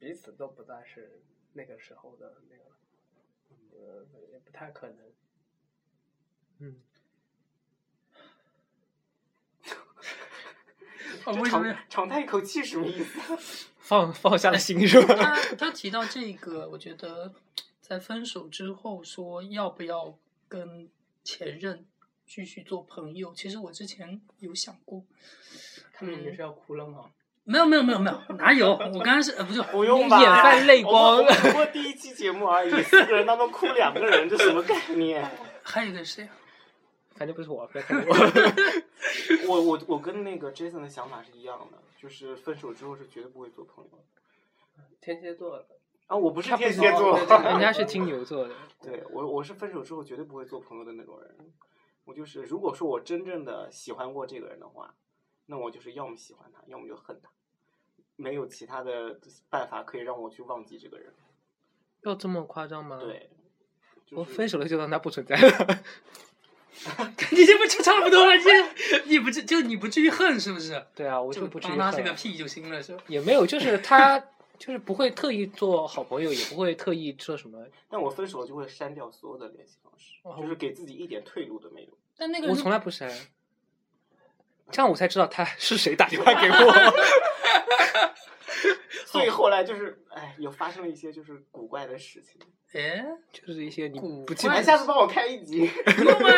S5: 彼此都不再是那个时候的那个了，呃，也不太可能。
S4: 嗯，
S2: 哦，为什
S3: 长
S2: 么要？
S3: 长叹一口气什么意思？
S4: 放放下了心是吧？
S2: 他他提到这个，我觉得在分手之后说要不要跟前任继续做朋友，其实我之前有想过，嗯
S5: 他们明是要哭了吗？
S2: 没有没有没有没有，哪有？我刚刚是呃不 是
S3: 不用
S4: 你
S3: 吧，
S4: 眼泛泪光
S3: 我们我们 播第一期节目而已，四个人当中哭两个人，这什么概念？
S2: 还有一个谁啊？
S4: 反正不是我，不要 看我。
S3: 我我我跟那个 Jason 的想法是一样的，就是分手之后是绝对不会做朋友的。
S5: 天蝎座
S3: 啊，我不是
S4: 他不
S3: 天
S4: 是
S3: 蝎座，
S4: 人家是金牛座的，
S3: 对我我是分手之后绝对不会做朋友的那种人。我就是，如果说我真正的喜欢过这个人的话，那我就是要么喜欢他，要么就恨他，没有其他的办法可以让我去忘记这个人。
S4: 要这么夸张吗？，
S3: 对，就是、
S4: 我分手了就当他不存在了。
S2: 你这不就差不多了？这你不至就你不至于恨是不是？
S4: 对啊，我
S2: 就
S4: 就不至于
S2: 帮他
S4: 恨
S2: 是个
S4: 了。
S2: 屁就行了，是吧？
S4: 也没有，就是他就是不会特意做好朋友，也不会特意说什么。
S3: 但我分手了就会删掉所有的联系方式，
S4: 哦
S3: 就是给自己一点退路都没有。
S2: 但那个
S4: 我
S2: 人
S4: 从来不删，这样我才知道他是谁打电话给我。
S3: 所以后来就是，哎，有发生了一些就是古怪的事情。
S2: 哎，
S4: 就是一些你
S2: 古
S4: 不记
S2: 怪
S4: 得
S3: 哎，。下次帮我开一集，
S2: 不用 啊，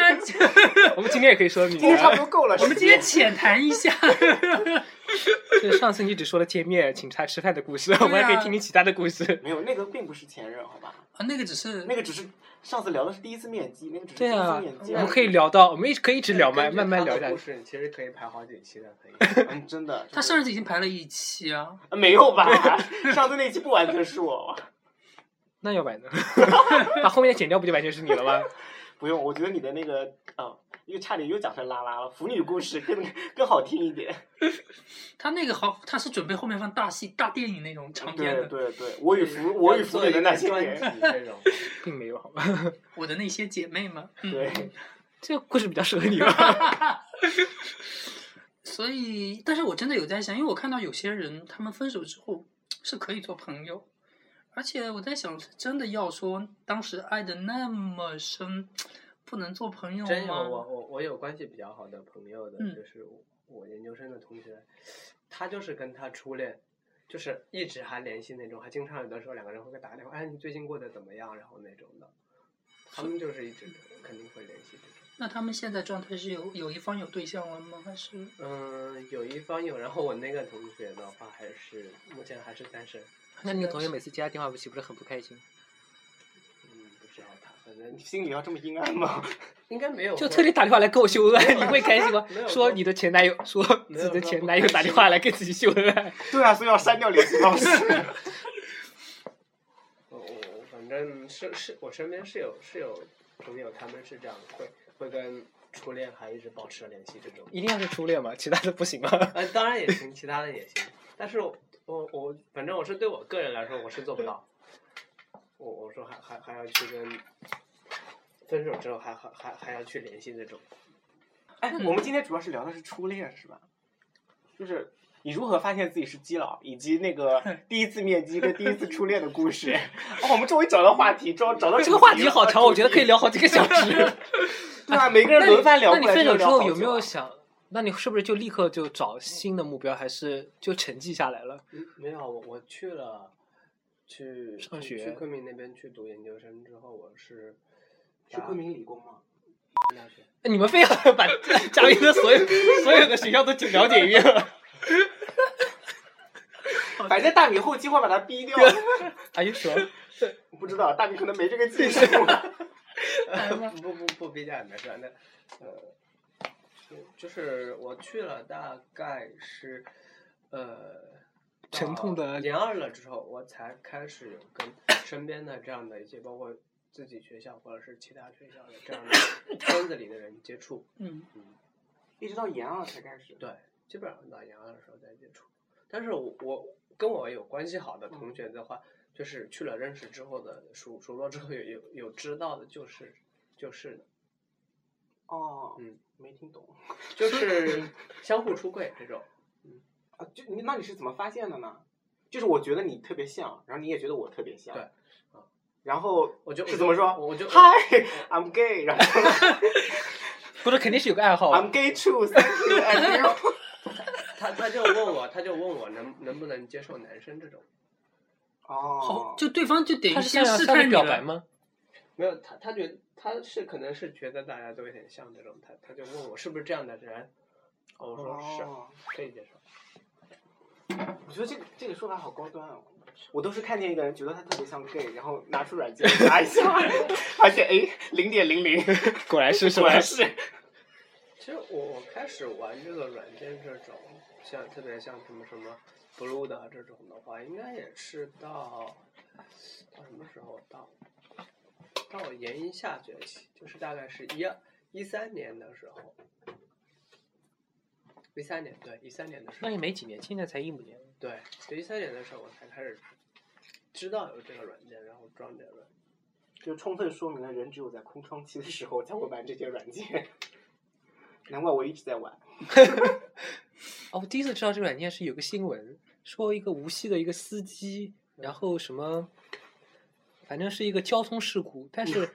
S4: 我们今天也可以 说你
S3: 今天差不
S4: 啊，
S3: 多够了。
S2: 我们
S3: 时
S2: 今
S3: 间
S2: 天浅谈一下。 啊
S4: 就是上次你只说了见面、请他吃饭的故事，我们还可以听听其他的故事。
S3: 没有那个并不是前任，好吧？
S2: 啊，那个只是
S3: 那个只是上次聊的是第一次面基，那个只是第一
S4: 对
S3: 次
S4: 啊，
S3: 面
S4: 我
S3: 基。
S4: 们可以聊到，我们一可以一直聊嘛，
S5: 根据
S4: 慢慢
S5: 他
S4: 聊
S5: 的
S4: 下
S5: 故
S4: 去。
S5: 事其实可以排好几期的，可以。
S3: 嗯，真的。
S2: 他上一次已经排了一期啊，
S3: 呃没有 吧？上次那期不完全是我，
S4: 那要不然呢？ 把后面的剪掉不就完全是你了吗？
S3: 不用。我觉得你的那个啊，又差点又讲成拉拉了，腐女故事更更好听一点。
S2: 他那个好，他是准备后面放大戏、大电影那种长篇
S3: 对
S2: 的。
S3: 对对，我与腐我与
S5: 要
S3: 腐
S5: 做
S3: 女
S5: 一
S3: 的
S5: 个
S3: 那些
S5: 专
S3: 年，
S5: 题这种。
S4: 并没有，好吧？
S2: 我的那些姐妹们，嗯，
S3: 对，
S4: 这个故事比较适合你吧？
S2: 所以，但是我真的有在想，因为我看到有些人他们分手之后是可以做朋友，而且我在想，真的要说当时爱的那么深，不能做朋友
S5: 真有
S2: 吗？
S3: 啊
S5: 我我我有关系比较好的朋友的，
S2: 嗯
S5: 就是我我研究生的同学，他就是跟他初恋，就是一直还联系那种，还经常有的时候两个人会打电话，哎，你最近过得怎么样？然后那种的，他们就是一直肯定会联系这种。
S2: 那他们现在状态是有有一方有对象了吗？还是
S5: 嗯，有一方有，然后我那个同学的话，还是目前还是单身。
S4: 那那个同学每次接他电话，不岂不是很不开心？
S5: 嗯，不知道他，反正
S3: 你心里要这么阴暗 吗？
S5: 应该没 有
S4: 就
S5: 过。
S4: 特地打电话来跟我秀恩爱，你会开心吗
S5: 没有？
S4: 说
S5: 说
S4: 你的前男友，说
S5: 没
S4: 自己
S5: 有
S4: 的
S5: 说
S4: 前
S5: 不
S4: 男友
S5: 开
S4: 打电
S5: 心
S4: 话来跟自己秀恩爱，
S3: 对啊，所以要删掉联系方式。
S5: 呃我我我反正是是我身边是有是有朋友，他们是这样会会跟初恋还一直保持联系这种。
S4: 一定要是初恋嘛，其他的不行吗？
S5: 呃，当然也行，其他的也行。但是我我我反正我是对我个人来说，我是做不到。我我说还还还要去跟分手之后还还还还要去联系那种。
S3: 哎，我们今天主要是聊的是初恋，是吧？就是你如何发现自己是基佬，以及那 个第一次面基跟第一次初恋的故 事。哦，我们终于找到话题，找找到
S4: 这个话
S3: 主
S4: 题好 长，我觉得可以。聊好几个小 时。
S3: 对啊，每个人轮番聊过
S4: 那你
S3: 来。
S4: 分手
S3: 就
S4: 之
S3: 聊
S4: 后
S3: 好
S4: 有没
S3: 久
S4: 有
S3: 啊
S4: 想？那你是不是就立刻就找新的目标，还是就沉寂下来了？
S5: 嗯，没有，我我去了，去
S4: 上
S5: 去
S4: 学
S5: 去昆明那边去读研究生之后，我是
S3: 去昆明理工吗？
S5: 大学。
S4: 你们非要把嘉宾的所有 所有的学校都去了解一遍 吗？
S3: 反正大米后期会把它逼掉。
S4: 阿姨说，
S3: 不知道，大米可能没这个技 术。
S2: 来吧
S5: 不不不，比较也没事儿。那呃，就就是我去了，大概是呃，
S4: 沉痛的
S5: 研二了之后，我才开始有跟身边的这样的一些，包括自己学校或者是其他学校的这样 的圈子里的人接触。
S2: 嗯，
S3: 一直到研二才开始。
S5: 对，基本上到研二的时候再接触。但是我我跟我有关系好的同学的话，就是去了认识之后的熟熟络之后有有有知道的，就是就是的，
S3: 哦，
S5: 嗯，
S3: 没听懂
S5: 就是相互出柜这种。
S3: 啊？就你那你是怎么发现的呢？就是我觉得你特别像，然后你也觉得我特别像。
S5: 对
S3: 啊。然后
S5: 我就是
S3: 怎么说
S5: 我就
S3: ？Hi，I'm gay，然后
S4: 不是肯定是有个爱好啊
S5: 哦
S3: I'm gay too，thank you and you。
S5: 他他就问我，他就问我能能不能接受男生这种。
S2: 好
S3: 哦，，
S2: 就对方就等于
S4: 他是
S2: 先
S4: 向
S2: 试
S4: 向
S2: 探
S4: 你
S2: 你
S4: 表白
S2: 了，
S4: 吗？
S5: 没有，他他觉得他是可能是觉得大家都有点像这种，他他就问我是不是这样的人，哦我说是，
S3: 哦
S5: 可以接受。
S3: 我觉得这个这个说法好高端哦。我都是看见一个人，觉得他特别像 gay，然后拿出软件查一下， 发现哎，零点零零，
S4: 果然是，是
S3: 果
S4: 吧
S3: 然？是。
S5: 其实我我开始玩这个软件这种，像特别像什么什么 Blue 的这种的话，应该也是到到什么时候？到到研一下学期，就是大概是一二一三年的时候，一三年对一三年的时
S4: 那
S5: 候
S4: 也，没几年，现在才一五年。
S5: 对对一三年的时候我才开始知道有这个软件，然后装这个软件。
S3: 就充分说明了人只有在空窗期的时候才会玩这些软件。 难怪我一直在玩。
S4: 哦，我第一次知道这个软件是有个新闻，说一个无锡的一个司机，然后什么，反正是一个交通事故，但是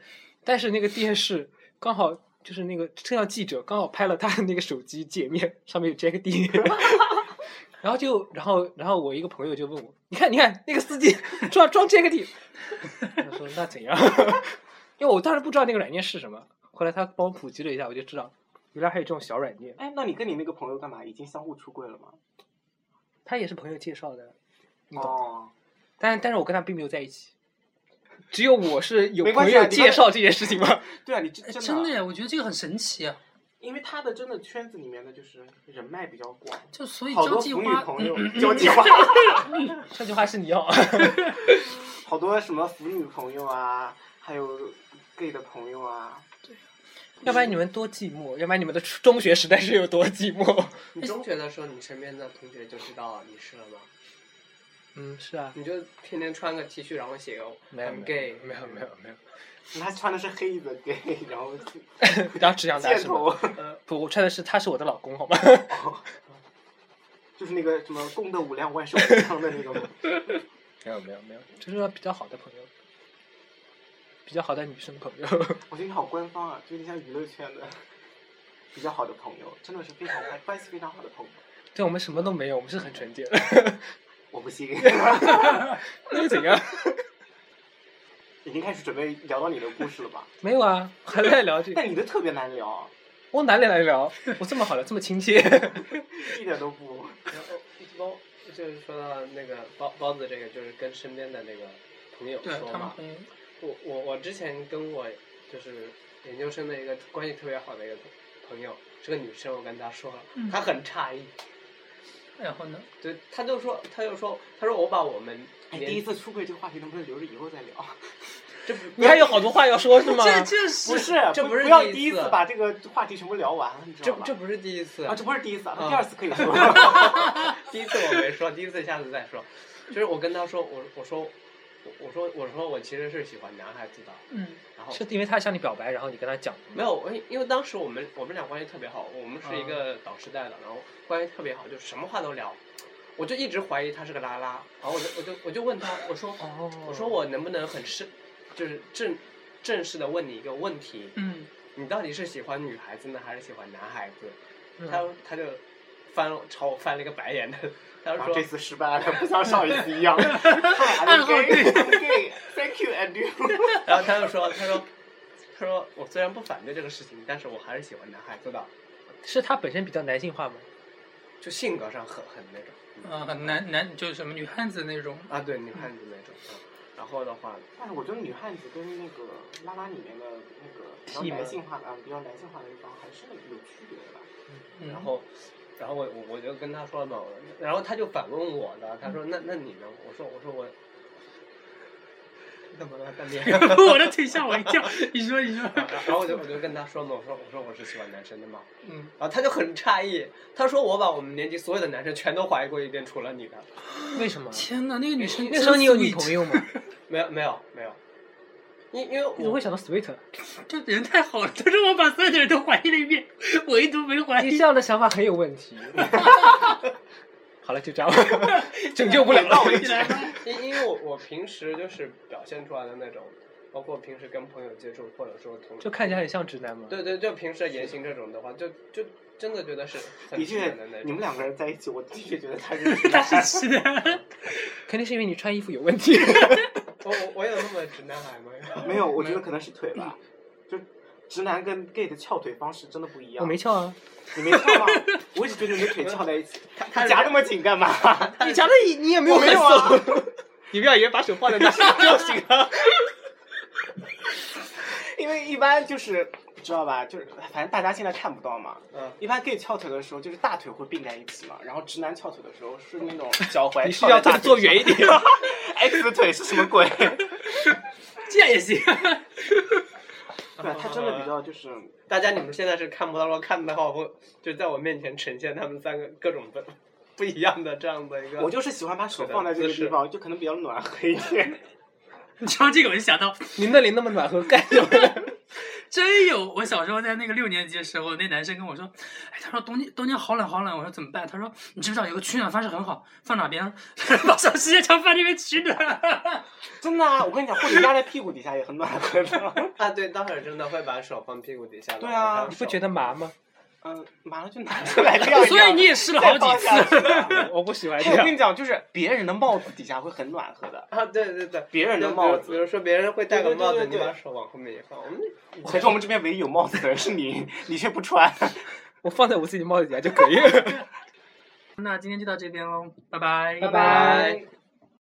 S4: 但是那个电视刚好就是那个摄像记者刚好拍了他的那个手机界面，上面有 Jack D。然后就，然后，然后我一个朋友就问我，你看，你看那个司机装装 Jack D，他说那怎样？ 因为我当时不知道那个软件是什么，后来他帮我普及了一下，我就知道原来还有这种小软件，
S3: 哎，那你跟你那个朋友干嘛？已经相互出柜了吗？
S4: 他也是朋友介绍的，你懂的。
S3: 哦，
S4: 但但是我跟他并没有在一起，只有我是有
S3: 没关
S4: 朋
S3: 系啊
S4: 友
S3: 你
S4: 介
S3: 们
S4: 绍这件事情吗？
S3: 对啊，你真
S2: 哎
S3: 真的，
S2: 真的呀，我觉得这个很神奇啊，
S3: 因为他的真的圈子里面的就是人脉比较广，
S2: 就所以
S3: 好
S2: 交
S3: 多
S2: 际
S3: 腐女
S2: 花，嗯
S3: 朋友，交际花，
S4: 这句话是你要，
S3: 好多什么腐女朋友啊，还有 gay 的朋友啊。
S4: 要不然你们多寂寞，要不然你们的初中学时代是有多寂寞？
S5: 你中学的时候，你身边的同学就知道你是了吗？
S4: 嗯，是啊，
S5: 你就天天穿个 T 恤，然后写个
S4: 没有
S5: I'm gay，
S4: 没有没有没有，
S3: 他穿的是黑衣的 gay，然后是
S4: 然后只想打
S3: 箭
S4: 什么？
S3: 头，
S4: 呃不，我穿的是他是我的老公，好吗？
S3: 就是那个什么“功德无量，万寿无疆”的那个吗。
S5: 没有没有没有，
S4: 这是比较好的朋友，比较好的女生朋友。
S3: 我觉得你好官方啊，就是像娱乐圈的比较好的朋友，真的是非常关关系非常好的朋友。
S4: 对，我们什么都没有，我们是很纯洁的。
S3: 我不信，
S4: 那又怎样？
S3: 已经开始准备聊到你的故事了吧？
S4: 没有啊，还在聊这个。
S3: 但你的特别难聊，
S4: 我哪里来聊？我这么好聊，这么亲切。
S3: 一点都不。
S5: 然后包就是说到那个包包子这个，就是跟身边的那个朋友
S2: 对
S5: 说
S2: 他们
S5: 嘛。
S2: 朋友，
S5: 我我我之前跟我就是研究生的一个关系特别好的一个朋友，是个女生，我跟她说了，
S2: 嗯
S5: 她很诧异，
S2: 然后呢？
S5: 对，她就说，她就说，她说我把我们
S3: 哎，
S5: 年
S3: 第一次出柜这个话题能不能留着以后再聊？
S5: 这不
S4: 你还有好多话要说是吗？
S3: 啊
S2: 这这是
S3: 不是，
S5: 这
S3: 不
S5: 不是
S3: 不要
S5: 第一
S3: 第一
S5: 次
S3: 次把这个话题全部聊完，你知
S5: 这
S3: 道吧？
S5: 这不是第一次
S3: 啊，这不是第一次啊，那第
S5: 啊
S3: 二次可 以说。
S5: 第一次我没说，第一次下次再说。就是我跟他说，我我说我我说我说我其实是喜欢男孩子的，
S2: 嗯
S5: 然后
S4: 是因为他向你表白，然后你跟他讲的吗
S5: 没有，我因为当时我们我们俩关系特别好，我们是一个导师带的，然后关系特别好，就什么话都聊。我就一直怀疑他是个拉拉，然后我就我就我就问他，我说
S4: 哦，
S5: 我说我能不能很深，就是正正式的问你一个问题，
S2: 嗯，
S5: 你到底是喜欢女孩子呢，还是喜欢男孩子？
S4: 嗯
S5: 他他就翻了朝我翻了一个白眼的，他
S3: 然
S5: 就
S3: 后啊
S5: 说
S3: 这次失败了，不像上一次 一样。暗
S2: 号对
S3: Thank you and you。
S5: 然后他就说，他说，他说我虽然不反对这个事情，但是我还是喜欢男孩子的，
S4: 是他本身比较男性化吗？
S5: 就性格上很很那种。
S2: 啊、男男就是什么女汉子那种，
S5: 啊，对，女汉子那种。嗯然后的话，
S3: 但是我觉得女汉子跟那个拉拉里面的那个比较
S4: 屁吗
S3: 男性化的、啊比较男性化的地方还是有区别的吧？
S2: 嗯、
S5: 然后，然后我我我就跟他说嘛，我然后他就反问我的，他说
S4: 嗯
S5: 那那你呢？我说我说我， 怎么了，大 面？
S2: 我的腿吓我一跳，你说你说，
S5: 然后我就我就跟他说嘛，我说我说我是喜欢男生的嘛，
S2: 嗯，
S5: 然后他就很诧异，他说我把我们年级所有的男生全都怀疑过一遍，除了你的，
S4: 为什么？
S2: 天哪，那个女生
S4: 那时候你有
S2: 真
S4: 女
S2: sweet
S4: 朋，友吗？
S5: 没有没有没有，因因为
S4: 你怎么
S5: 我
S4: 会想到 sweet？
S2: 这人太好了，他说我把所有的人都怀疑了一遍，唯独没怀
S4: 你
S2: 疑
S4: 这。样的想法很有问题。 好了，就这样，拯救不了
S3: 到为
S4: 了。
S3: 止。
S5: 因因为我我平时就是表现出来的那种，包括平时跟朋友接触，或者说同
S4: 就看起来很像直男 吗？
S5: 对对，就平时的言行这种的话，就就真的觉得是很
S3: 的
S5: 直
S3: 确
S5: 男的那，
S3: 你
S5: 种。
S3: 们两个人在一起，我的确觉得 他是
S2: 他是直男，
S4: 肯定是因为你穿衣服有问题。
S5: 我我我有那么直男癌吗？
S3: 没有，我觉得可能是腿吧，就直男跟 gay 的翘腿方式真的不一样。
S4: 我没翘啊，
S3: 你没翘吗？我一直觉得你的腿翘在一 起，
S5: 他
S3: 你夹那么紧干 嘛？
S4: 你夹的你你也没
S3: 我没有啊，
S4: 你不要以为把手放在那 就行了。
S3: 因为一般就是知道吧，就是反正大家现在看不到嘛。
S5: 嗯，
S3: 一般 gay 翘腿的时候，就是大腿会并在一起嘛，然后直男翘腿的时候是那种 脚踝
S4: 你是要
S3: 翘在
S4: 坐
S3: 大
S4: 坐
S3: 腿上
S4: 远一点。
S3: X 腿是什么 鬼？
S2: 这样也行。
S3: 对，啊他真的比较 就是，
S5: 大家你们现在是看不到了，看的话会就在我面前呈现他们三个各种不不一样的这样的一个。
S3: 我就是喜欢把手放在这个地方，就可能比较暖和一点。
S2: 你说这个我就想到，
S4: 您那里那么暖和，干什么呢？
S2: 真有！我小时候在那个六年级的时候，那男生跟我说：“哎，他说冬天冬天好冷好冷。”我说怎么办？他说：“你知不知道有个取暖方式很好，放哪边？ 把手时间长放那边取暖。
S3: 真的啊，我跟你讲，或者压在屁股底下也很暖和的。
S5: 啊，对，当时真的会把手放屁股底下。
S3: 对啊
S5: 然后还有
S4: 你
S5: 手
S4: 不觉得麻吗？
S3: 嗯，马上就拿出来晾一”晾。
S2: 所以你也试了好几
S3: 再放下
S2: 次。
S3: 去啊
S4: 我不喜欢这
S3: 哎我跟
S4: 样。
S3: 你讲，就是别人的帽子底下会很暖和的，
S5: 啊？对对对。
S3: 别人
S5: 就
S3: 的
S5: 比
S3: 帽
S5: 如比
S3: 子。
S5: 如说别人会戴个
S3: 对对对
S5: 帽子，
S3: 对
S5: 你
S3: 对
S5: 把手往后面一放，我们
S3: 可是我们这边唯一有帽子的人是你，你却不穿。
S4: 我放在我自己帽子底下就可以了。
S2: 那今天就到这边喽，拜拜，
S4: 拜拜。